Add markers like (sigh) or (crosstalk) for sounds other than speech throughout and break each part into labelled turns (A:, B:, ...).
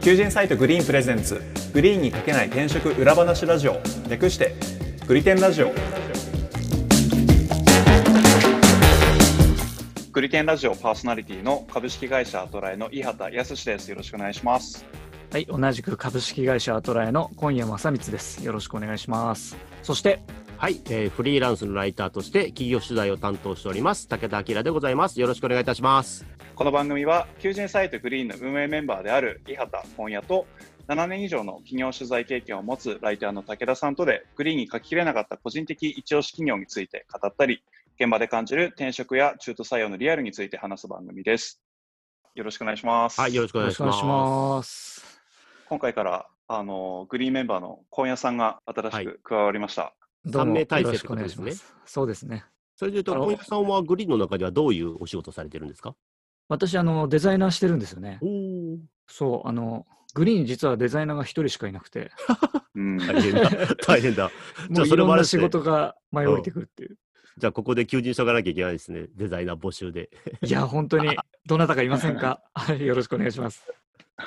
A: 求人サイトグリーンプレゼンツグリーンにかけない転職裏話ラジオ略してグリテンラジオグリテンラジオパーソナリティの株式会社アトライの伊畑康ですよろしくお願いします
B: はい、同じく株式会社アトラエの今夜正光です。よろしくお願いします。そして、
C: はい、えーフリーランスのライターとして企業取材を担当しております武田明でございますよろしくお願いいたします
A: この番組は求人サイトグリーンの運営メンバーである伊畑本屋と7年以上の企業取材経験を持つライターの武田さんとでグリーンに書ききれなかった個人的一押し企業について語ったり現場で感じる転職や中途採用のリアルについて話す番組ですよろしくお願いします、
C: はいよろしくお
B: よ
C: 願
B: ろ
C: い
B: し
C: し
B: くお願
C: ま
B: い
C: す
B: します。
A: 今回からあのグリーンメンバーの今夜さんが新
C: は
A: し
C: い
A: く加わりました、
B: どうも
C: 三名体
B: よろ
C: 制っ
B: してくお
C: こと
B: 願
C: で
B: い
C: す
B: し
C: ね
B: ます。そうですね。
C: それでいうと
A: あの
C: 小宮さんはグリーンの中ではどういうお仕事されてるんですか
B: 私、あの、デザイナーしてるんですよね
C: お。お
B: そう、あの、グリーン実はデザイナーが一人しかいなくて、
A: うん
C: 大変だ (laughs) 大変だじ
B: も
C: ゃあ
B: うい
C: それ
B: ろ
C: も
B: ん
C: あれ
B: な
C: です
B: 仕
C: ね
B: 事が舞い降りてくるっていう。
C: じゃあここで求人しとかなきゃいけないですねデザイナー募集で
B: いや、本当に、どなたかいませんかはい、よろしくお願いします。
A: (laughs)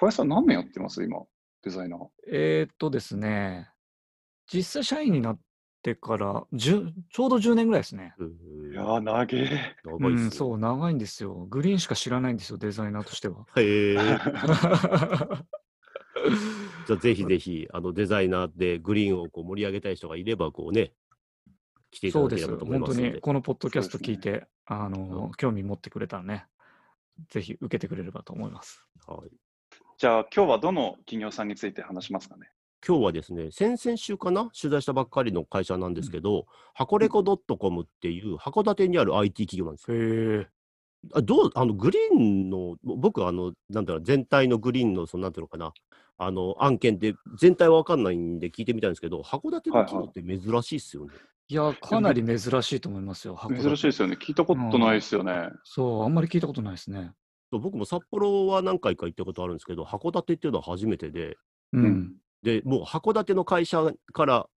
A: 小林さん何年やってます今デザイナー
B: えー、っとですね、実際社員になってから、じゅちょうど10年ぐらいですね。
A: い
C: うん
A: やー長え
C: 長
B: う
C: いっすね
B: ん、そう、長いんですよ。グリーンしか知らないんですよ、デザイナーとして
C: (laughs)
B: は。
C: へえ
B: は
C: じゃあぜひぜひあのデザイナーでグリーンをこう盛り上げたい人がいればこうね来ていた
B: そ
C: だ
B: うで
C: けれ
B: す。
C: ばと思い
B: 本
C: ま
B: 当
C: すの
B: に
C: で
B: このポッドキャスト
A: そうです
B: 聞
A: ね
B: いて、あの興味持ってくれたらね、ぜひ受けてくれればと思います。
C: はい
A: (laughs) じゃあ今日はどの企業さんについて話しますかね
C: 今日はですね、先々週かな、取材したばっかりの会社なんですけど、箱レコ .com っていう函館にある IT 企業なんですよ。
B: へ
C: あどうあのグリーンの、ぼ僕あの、なんだろう、全体のグリーンの、そのなんていうのかな、あの案件って、全体は分かんないんで聞いてみたいんですけど、函館の企業って珍しいっすよね。
B: いや、かなり珍しいと思いますよ、函
A: 珍しい
B: 館。
A: ですよね聞いたことないですよね、
B: そう、あんまり聞いたことないですね。
C: そう僕も札幌は何回か行ったことあるんですけど、函館っていうのは初めてで、
B: うん。
A: うん
C: でもう函館の会社から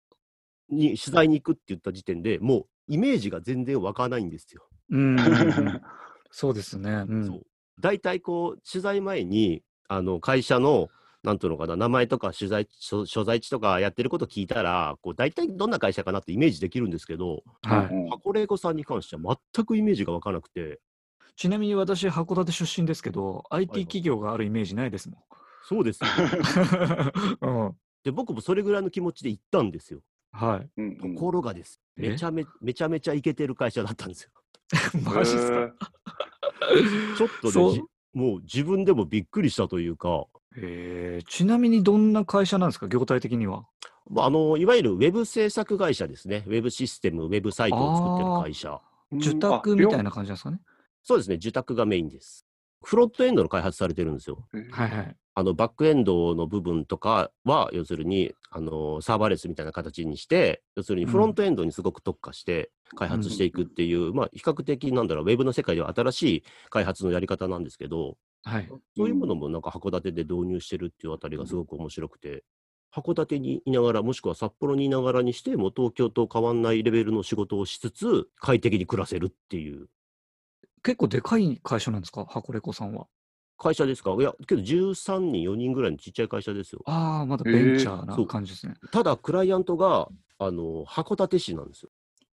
C: に取材に行くって言った時点でもうイメージが全然湧かないんですよ。
B: うんう
A: (laughs)
B: んうんそうですね。うん
C: そう大体こう取材前にあの会社のなんていうのかな名前とか取材所所在地とかやってること聞いたらこう大体どんな会社かなってイメージできるんですけど、
B: はい、
A: うん
C: 箱レコさんに関しては全くイメージが湧かなくて
B: ちなみに私、函館出身ですけど、IT 企業があるイメージないで
A: (laughs)
B: すもん。
C: そう
B: (laughs)
C: ですよ
B: うん
C: で僕もそれぐらいの気持ちで行ったんですよ (laughs)
B: はい。
A: うん
C: ところがです
B: え
C: めちゃめめちゃめちゃイケてる会社だった
B: (laughs)
C: んですよ
B: マジっすか。
C: ちょっと
B: そ
C: ね
B: う
C: じもう自分でもびっくりしたというか、
B: えーちなみにどんな会社なんですか、業態的には。
C: まあ、あのいわゆるウェブ制作会社ですねウェブシステムウェブサイトを作ってる会社
B: 受託みたいな感じなんですかね。
C: そうですね、受託がメインです。フロントエンドの開発されてるんですよ。
B: はいはい。
C: あのバックエンドの部分とかは、要するにあのサーバーレスみたいな形にして、要するにフロントエンドにすごく特化して開発していくっていう、まあ、比較的なんだろう、ウェブの世界では新しい開発のやり方なんですけど、
B: はい。
C: そういうものもなんか函館で導入してるっていうあたりがすごく面白くて、函館にいながら、もしくは札幌にいながらにして、もう東京と変わんないレベルの仕事をしつつ、快適に暮らせるっていう
B: 結構でかい会社なんですか、箱レコさんは。
C: 会社ですかいや、けど13人、4人ぐらいのちっちゃい会社ですよ。
B: ああ、まだベンチャー
C: えー
B: な
C: そう
B: 感じですね。
C: ただ、クライアントが、あの、函館市なんですよ。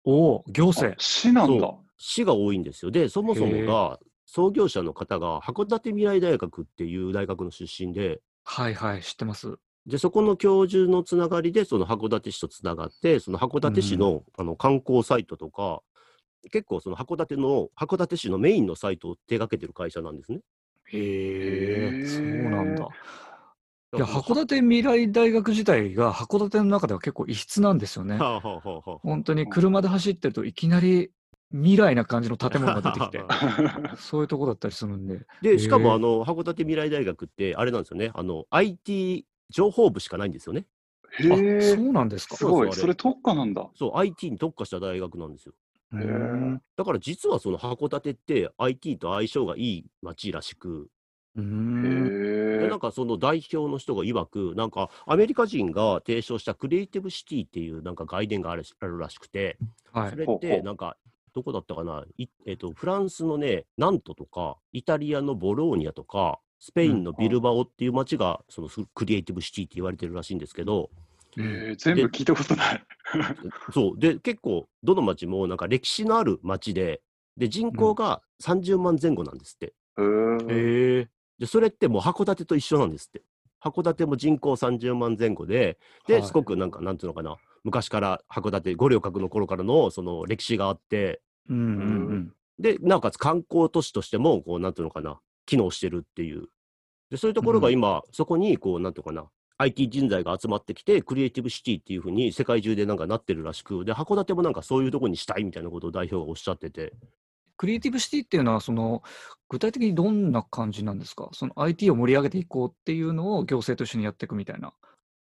B: おお、行
A: あ
B: 政。
A: 市なんだ
C: そ市が多いんですよ。で、そもそも
B: へ
C: が、創業者の方が函館未来大学っていう大学の出身で、
B: はいはい、知ってます。
C: で、そこの教授のつながりで、その函館市とつながって、その函館市の,、あの観光サイトとか、結構その函館の、函館市のメインのサイトを手掛けてる会社なんですね。
A: へ
B: へえ、
A: ー
B: そうなんだ。いや、
C: だから
B: 函館未来大学自体が函館の中では結構異質なんですよね。
C: はあはあはあはあ
B: 本当に車で走ってるといきなり未来な感じの建物が出て
C: (laughs)
B: きて、そういうとこだったりするんで。
C: で、しか
B: へ
C: も
B: え
C: あの函館未来大学って、あれなんですよね、あの IT 情報部しかないんですよね。
A: へ
B: あ、
A: え
B: そうなんですか。
A: す
C: う
A: ご
C: そうそうあ
A: い
C: れ
A: それ特化なんだ
C: そう、IT に特化した大学なんですよ。
B: う
A: へえ
B: ん
C: だから実はその函館って IT と相性がいい町らしく、
B: う
A: へ
B: ん。
C: で
A: え
C: なんかその代表の人が曰く、なんかアメリカ人が提唱したクリエイティブシティっていうなんか概念があるあるらしくて、
B: は
C: そ
B: い。
C: れ
A: ほ
C: っ
A: うほ
C: て
A: う
C: なんか、どこだったかない、えっとフランスのね、ナントとか、イタリアのボローニャとか、スペインのビルバオっていう街が、そのクリエイティブシティって言われてるらしいんですけど、
A: えー、全部聞いたことない。
C: そう、で、結構、どの街もなんか歴史のある街で、で、人口が30万前後なんですって。
A: えー、
B: へえ。
C: で、それってもう函館と一緒なんですって。函館も人口30万前後で、で、
B: はい
C: すごくなんか、なんていうのかな、昔から函館、五稜郭の頃からのその歴史があって、
B: うんうんうん。
C: で、なおかつ観光都市としても、こう、なんていうのかな、機能してるっていう。で、そういうところが今、そこに、こう、なんていうのかな、IT 人材が集まってきて、クリエイティブシティっていうふうに世界中でなんかなってるらしく、で、函館もなんかそういうとこにしたいみたいなことを代表がおっしゃってて、
B: クリエイティブシティっていうのは、その、具体的にどんな感じなんですかその IT を盛り上げていこうっていうのを行政と一緒にやっていくみたいな。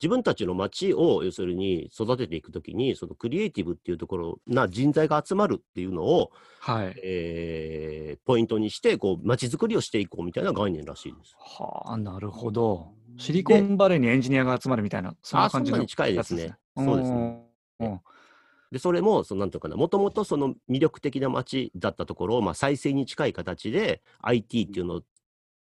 C: 自分たちの街を要するに育てていくときに、そのクリエイティブっていうところな人材が集まるっていうのを、
B: はい。
C: えーポイントにして、こう、街づくりをしていこうみたいな概念らしいです。
B: はあ、なるほど。シリコンバレーにエンジニアが集まるみたいな、そんな
C: あそん
B: 感じ
C: な
B: の
C: に近いで
B: や
C: す
B: つ
C: ね
B: ですね。。
C: そうですね。
B: うんうん
C: で、それも、そのなんていうのかな、もともとその魅力的な街だったところを、まあ、再生に近い形で、IT っていうのを、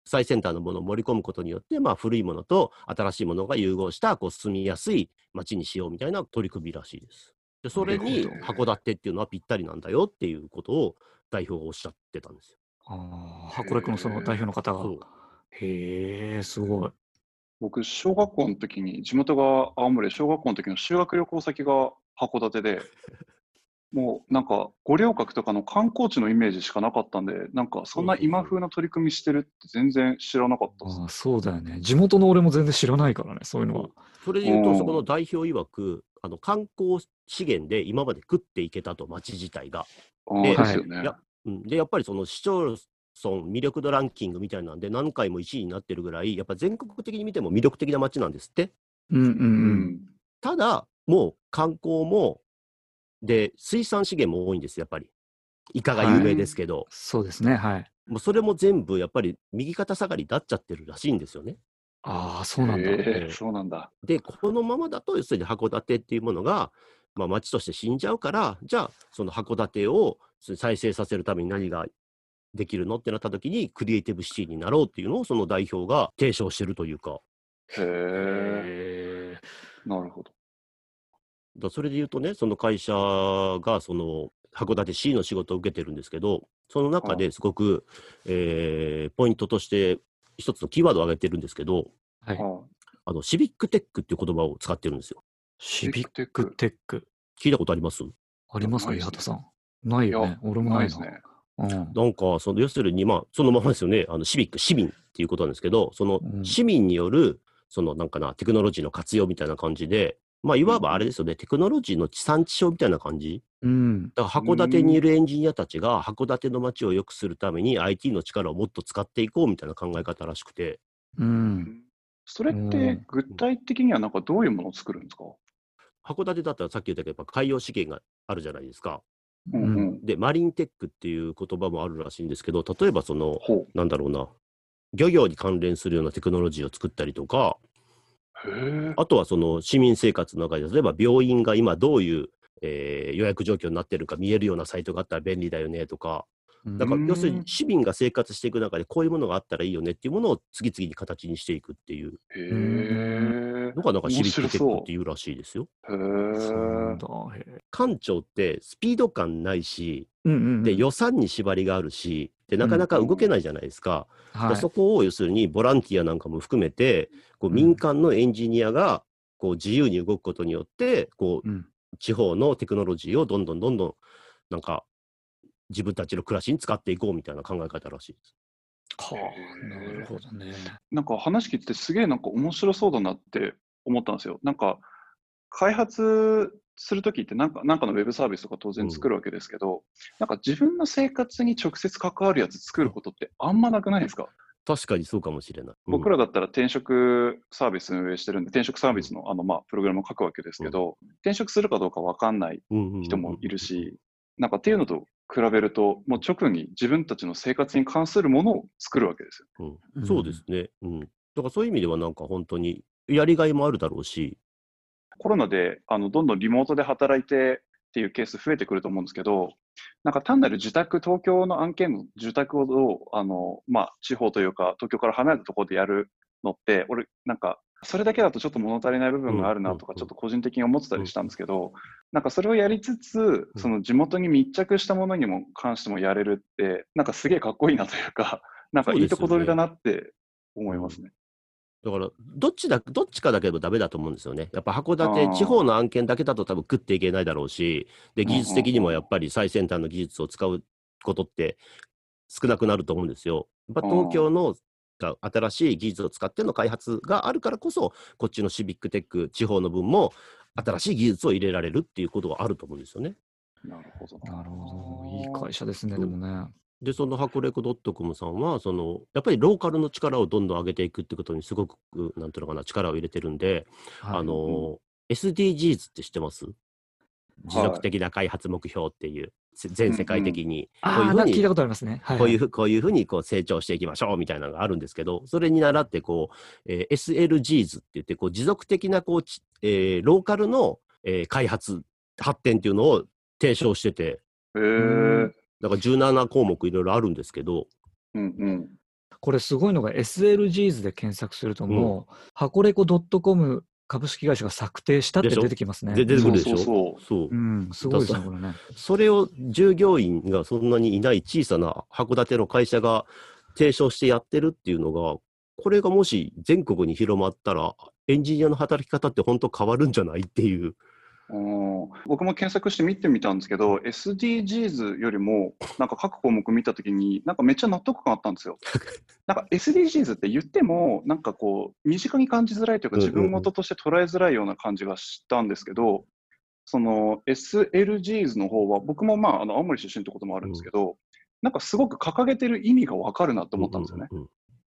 C: 最先端のものを盛り込むことによって、まあ、古いものと新しいものが融合した、こう、住みやすい街にしようみたいな取り組みらしいです。で、それに
A: なるほど
C: 函館っていうのはぴったりなんだよっていうことを代表がおっしゃってたんですよ。
B: ああ、箱根区のその代表の方が。
C: そう
B: へえ、すごい。
A: 僕、小学校の時に、地元が青森で、小学校の時の修学旅行先が函館で、もうなんか五稜郭とかの観光地のイメージしかなかったんで、なんかそんな今風な取り組みしてるって全然知らなかったです
B: あ。あ、そうだよね。地元の俺も全然知らないからね、そういうのは。
C: それで言う
A: う
C: と、
A: ん
C: そこの代表曰く、あの観光資源で今まで食っていけたと、街自体が。
A: あー
C: で
A: ですよね。
C: いやうん、でやっぱりその視聴村魅力度ランキングみたいなんで、何回も1位になってるぐらい、やっぱ全国的に見ても魅力的な街なんですって。
B: うんうん
A: う
B: うん。
A: ん。
C: ただ、もう観光も、で、水産資源も多いんです、やっぱり。イカが有名ですけど、
B: そうですね、はい。
C: もうそれも全部やっぱり右肩下がりになっちゃってるらしいんですよね。
B: ああ、そうなんだ。
A: へ
C: う
A: ー
C: ん
A: そうなんだ。
C: で、このままだと、要するに函館っていうものが、まあ、町として死んじゃうから、じゃあ、その函館を再生させるために何ができるのってなった時に、クリエイティブシティになろうっていうのを、その代表が提唱してるというか、だか
A: へえ、
B: へえ。
A: なるほど。
C: らそれで言うとね、その会社が、その、函館 C の仕事を受けてるんですけど、その中ですごく、えーポイントとして、一つのキーワードを挙げてるんですけど、
B: はい
A: は
C: あの、シビックテックっていう言葉を使ってるんですよ。
B: シビックテック。
C: 聞いたことあります
B: ありますか、
A: ない
B: 八
A: ですね
B: 幡さん。ない
A: い。
B: よね。俺も
A: な
B: ないい
A: です
B: な。
A: ね。
B: うん
C: なんか、その要するに、まあ、そのままですよね、あのシビック、市民っていうことなんですけど、その
B: うん
C: 市民による、そのなんかな、テクノロジーの活用みたいな感じで、まあ、いわばあれですよね、テクノロジーの地産地消みたいな感じ。
B: うん。
C: だから、函館にいるエンジニアたちが、函館の街を良くするために、IT の力をもっと使っていこうみたいな考え方らしくて、
B: うん。
A: それっ
B: う
A: て
B: ん
A: 具体的にはなんかどういうものを作るんですか
C: 函館だったらさっき言ったけど、やっぱ海洋資源があるじゃないですか。
A: うん
B: う
A: うん。
C: で、マリンテックっていう言葉もあるらしいんですけど、例えばその、
A: ほ
C: なんだろうな、漁業に関連するようなテクノロジーを作ったりとか、
A: う。へえ。
C: あとはその市民生活の中で、例えば病院が今どういう、えー予約状況になってるか見えるようなサイトがあったら便利だよねとか、だか
A: う
C: ら
A: ん
C: 要するに市民が生活していく中でこういうものがあったらいいよねっていうものを次々に形にしていくっていう
A: へえ
B: う。
C: のがなんかシビックテッ
A: 面白
C: ク
A: そう
C: っていうらしいですよ。
A: へ
B: そうなん
A: え。
B: だ。へえ
C: 官庁ってスピード感ないし、
B: うんうん。
C: で、予算に縛りがあるし、でなかなか動けないじゃないですか。
B: はい
C: そこを要するにボランティアなんかも含めて、こう
B: うん
C: 民間のエンジニアがこう自由に動くことによって、こう
B: うん。
C: 地方のテクノロジーをどんどんどんどんなんか自分たちの暮らしに使っていこうみたいな考え方らしいです。
B: はあ、なるほどね。
A: なんか話聞いててすげえなんか面白そうだなって思ったんですよ。なんか開発するときってなんかなんかのウェブサービスとか当然作るわけですけど、なんか自分の生活に直接関わるやつ作ることってあんまなくないですか
C: 確かにそうかもしれない。うん
A: 僕らだったら転職サービス運営してるんで、転職サービスのあの、まあ、プログラムを書くわけですけど、転職するかどうか分かんない
C: うんうんうん
A: 人もいるし、なんかっていうのと比べると、もう直に自分たちの生活に関するものを作るわけですよ。
C: うん
B: うん
C: そうですね、うん。だからそういう意味ではなんか本当にやりがいもあるだろうし、
A: コロナであのどんどんリモートで働いてっていうケース増えてくると思うんですけど、なんか単なる受託、東京の案件の受託をどう、あの、まあ、地方というか、東京から離れたところでやるのって、俺、なんか、それだけだとちょっと物足りない部分があるなとか、
C: うんうん
A: ちょっと個人的に思ってたりしたんですけど、なんかそれをやりつつ、その地元に密着したものにも関してもやれるって、なんかすげえかっこいいなというか、なんかいいとこ取りだなって思いますね。
C: だから、どっちだ、どっちかだけでもダメだと思うんですよね。やっぱ函
A: あー
C: 館、地方の案件だけだと多分食っていけないだろうし、で、技術的にもやっぱり最先端の技術を使うことって少なくなると思うんですよ。やっぱ東京のが新しい技術を使っての開発があるからこそ、こっちのシビックテック、地方の分も新しい技術を入れられるっていうことがあると思うんですよね。
A: なるほどな。
B: なるほど。いい
A: あー
B: 会社ですね、でもね。
C: で、その箱レコドットコムさんは、その、やっぱりローカルの力をどんどん上げていくってことにすごく、なんていうのかな、力を入れてるんで、
B: はい
C: あのー SDGs って知ってます持続的な開発目標っていう、せ全世界的にこう
B: あ
C: い
B: あ、
C: うふ
B: な
C: うん
B: か聞いた
C: に
B: ことありますね。はい
C: こ
B: は
C: うい
B: い、
C: うふこういうふうにこう成長していきましょうみたいなのがあるんですけど、それに倣ってこう、えー SLGs って言ってこう持続的なこうち、えーローカルの、えー開発発展っていうのを提唱してて、
A: へえ
B: うん
C: だから17項目いろいろあるんですけど、
A: うんうん。
B: これすごいのが SLGs で検索するともう、箱レコ .com 株式会社が策定したって
C: でしょ
B: 出てきますね。
C: で出てくるでしょ
A: そうそう
C: そう
B: うん、すごいですね、
C: だ
B: これね。
C: それを従業員がそんなにいない小さな函館の会社が提唱してやってるっていうのが、これがもし全国に広まったら、エンジニアの働き方って本当変わるんじゃないっていう。
A: うん僕も検索して見てみたんですけど、SDGs よりも、なんか各項目見たときに、なんかめっちゃ納得感あったん
C: (laughs)
A: ですよ。なんか SDGs って言っても、なんかこう、身近に感じづらいというか、
C: うんうん
A: 自
C: うん
A: 分事として捉えづらいような感じがしたんですけど、その SLGs の方は、僕もまあ、あの青森出身ってこともあるんですけど、なんかすごく掲げてる意味がわかるなと思ったんですよね。
C: うんうんうん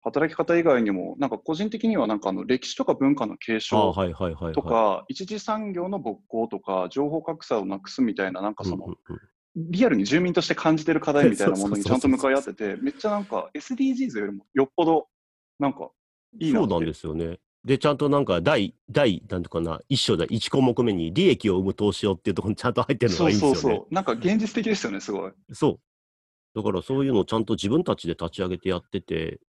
A: 働き方以外にも、なんか個人的には、なんかあの歴史とか文化の継
C: あ
A: 承
C: はいはいはいはい。
A: とか、一次産業の勃興とか、情報格差をなくすみたいな、なんか
C: うんう
A: そ
C: ん
A: の、
C: うん、
A: リアルに住民として感じて
C: (laughs)
A: る課題みたいなものにちゃんと向かい合ってて、めっちゃなんか SDGs よりもよっぽど、なんかいいな
C: そ
A: っ
C: う
A: て。
C: なんですよね。で、ちゃんとなんか第、第、なんとかな、一章だ、一項目目に利益を生む投資をっていうところにちゃんと入ってるの
A: そ
C: が
A: う
C: いいんです
A: そう
C: よね。
A: そう。なんか現実的ですよね、すごい。
C: そう。だからそういうのをちゃんと自分たちで立ち上げてやってて、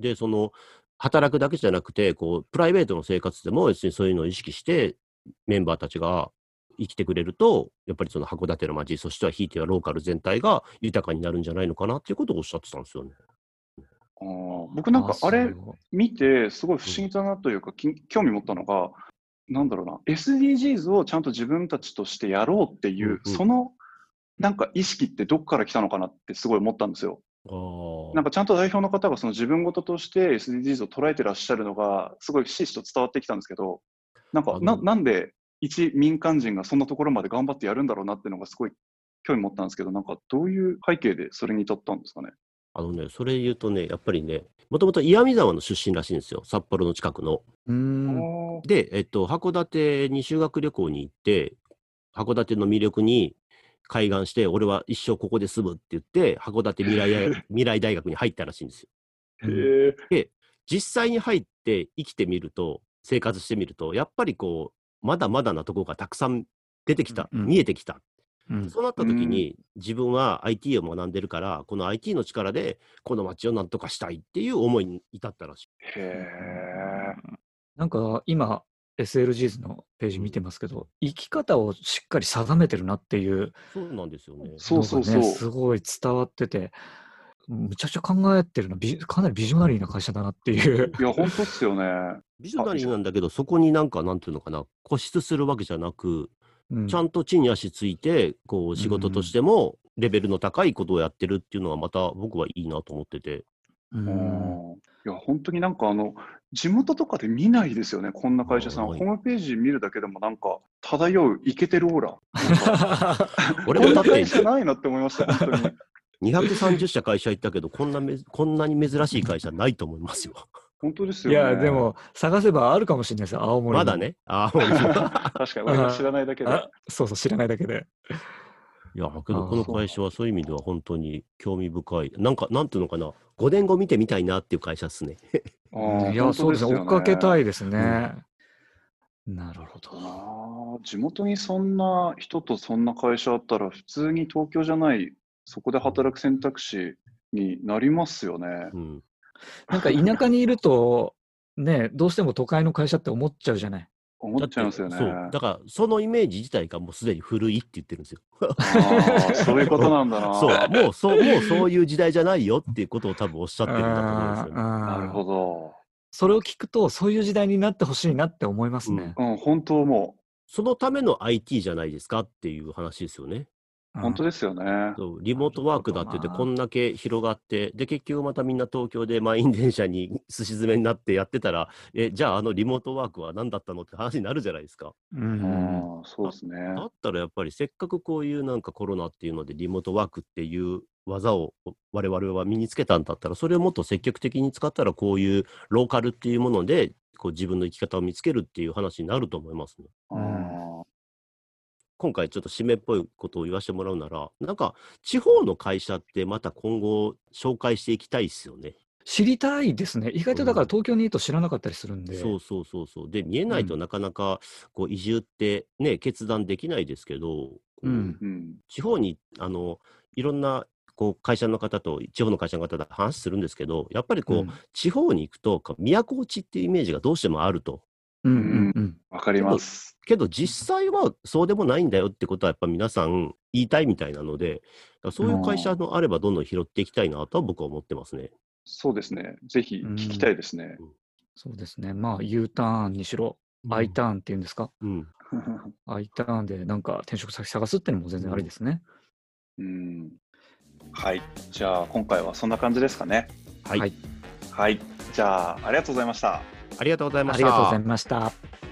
C: で、その、働くだけじゃなくて、こう、プライベートの生活でも、別にそういうのを意識して、メンバーたちが生きてくれると、やっぱりその函館の街、そしてはひいてはローカル全体が豊かになるんじゃないのかなっていうことをおっしゃってたんですよね。
A: あー僕なんかあ
B: ー
A: れ
B: すごい
A: 見て、すごい不思議だなというか、き興味持ったのが、なんだろうな、SDGs をちゃんと自分たちとしてやろうっていう、
C: うんうん
A: そのなんか意識ってどっから来たのかなってすごい思ったんですよ。
C: あ
A: なんかちゃんと代表の方がその自分事として SDGs を捉えてらっしゃるのがすごいひしひしと伝わってきたんですけどなんか
C: あ
A: な
C: の
A: なんで一民間人がそんなところまで頑張ってやるんだろうなっていうのがすごい興味持ったんですけどなんかどういう背景でそれに至ったんですかね。
C: あのね、それ言うとね、やっぱりね、もともと岩見沢の出身らしいんですよ、札幌の近くの。
B: うーん。
A: おー
C: で、えっと、函館に修学旅行に行って、函館の魅力に開眼して、俺は一生ここで住むって言って、函館未来
B: (laughs)
C: 大未来大学に入ったらしいんですよ。
A: へー
C: 実際に入って生きてみると、生活してみると、やっぱりこう、まだまだなとこがたくさん出てきた、
B: うんうん
C: 見えてきた。
B: うん
C: そうなった時に、自分は IT を学んでるから、この IT の力で、この街をなんとかしたいっていう思いに至ったらしい。
A: へ
B: なんか今、SLGs のページ見てますけど、生き方をしっかり定めてるなっていう
C: そうなんですよね。
A: そうそうそう
B: のがねすごい伝わってて、むちゃくちゃ考えてるな、ビかなりビジョナリーな会社だなっていう。
A: ーいや本当っすよね。
C: ビジョナリーなんだけど、そこになんか、なんていうのかな、固執するわけじゃなく、
B: うん
C: ちゃんと地に足ついて、こう、仕事としても、レベルの高いことをやってるっていうのは、また僕はいいなと思ってて。
B: う
A: うん
B: ん
A: いや本当になんかあの地元とかで見ないですよね、こんな会社さん。
C: あ
A: ホ
C: ー
A: ームページ見るだけでもなんか漂うイケてるオーラ。
C: 俺
A: こん
C: もだ
A: な
C: って
A: 会、社ないなって思いました、本当に。
C: 230社会社行ったけど、こんなめ、こんなに珍しい会社ないと思いますよ。
A: 本当です
B: (laughs) い
C: (laughs)
A: よね。
B: や、でも、探せばあるかもしれないですよ、青森に
C: まだ。ね。ああ、も
A: (laughs)
C: う
A: 確かに、俺が知らないだけで。
B: あそうそう、知らないだけで。
C: いや、けど
B: あー
C: この会社はそういう意味では本当に興味深い。なんか、なんていうのかな、5年後見てみたいなっていう会社っすね。
A: あー
B: いや、そうですね、追っかけた
A: い。
B: いですね。なるほど。
A: ああ、地元にそんな人とそんな会社あったら、普通に東京じゃない、そこで働く選択肢になりますよね。
C: うん、
B: なんか田舎にいると、ね、どうしても都会の会社って思っちゃうじゃない。
A: 思っちゃいますよね。
C: そうだからそのイメージ自体がもうすでに古いって言ってるんですよ。
A: ああ、そういうことなんだな。
C: (laughs) そうもうそうもうそういう時代じゃないよっていうことを多分おっしゃってるんだと思うんですよね。
A: な
B: な
A: るほど。
B: それを聞くと、そういう時代になってほしいなって思いますね。
A: うん、本当も
C: そのための IT じゃないですかっていう話ですよね。
A: う、本当
B: で
A: ですよね。
C: そうリモートワークだって言って
B: なるほ
C: こ
B: ど
C: んだけ広がってで結局またみんな東京で満員電車に (laughs) すし詰めになってやってたらえじゃああのリモートワークは何だったのって話になるじゃないですか。
B: う
A: あ
B: ん。
A: あ、そうですね。
C: だったらやっぱりせっかくこういうなんかコロナっていうのでリモートワークっていう技を我々は身につけたんだったらそれをもっと積極的に使ったらこういうローカルっていうものでこう自分の生き方を見つけるっていう話になると思いますね。
A: ああ
C: 今回ちょっと締めっぽいことを言わせてもらうならなんか地方の会社ってまた今後紹介していきたいですよね。
B: 知りたいですね。意外とだから東京にいると知らなかったりするんで。
C: そうそうそうそう。で見えないと
B: うん
C: なかなかこう移住ってね決断できないですけどこう
B: うん
A: うん。
C: 地方にあのいろんなこう会社の方と地方の会社の方と話するんですけどやっぱりこう、
B: うん
C: 地方に行くとこう都落ちっていうイメージがどうしてもあると
B: うんうんうん。
A: わかります。
C: けど実際はそうでもないんだよってことはやっぱ皆さん言いたいみたいなのでだからそういう会社のあればどんどん拾っていきたいなとは僕は思ってますね。
A: そうですね。ぜひ聞きたいですね。
B: そうですね。まあ U ターンにしろ、I ターンっていうんですか。
C: うん、
B: I ターンでなんか転職先探すってのも全然ありですね。
A: うん。はい。じゃあ、今回はそんな感じですかね。
C: はい
B: はい
A: はい。じゃあ、ありがとうございました。
C: ありがとうございま
B: あ
C: し
B: り
C: た
B: がとうございました。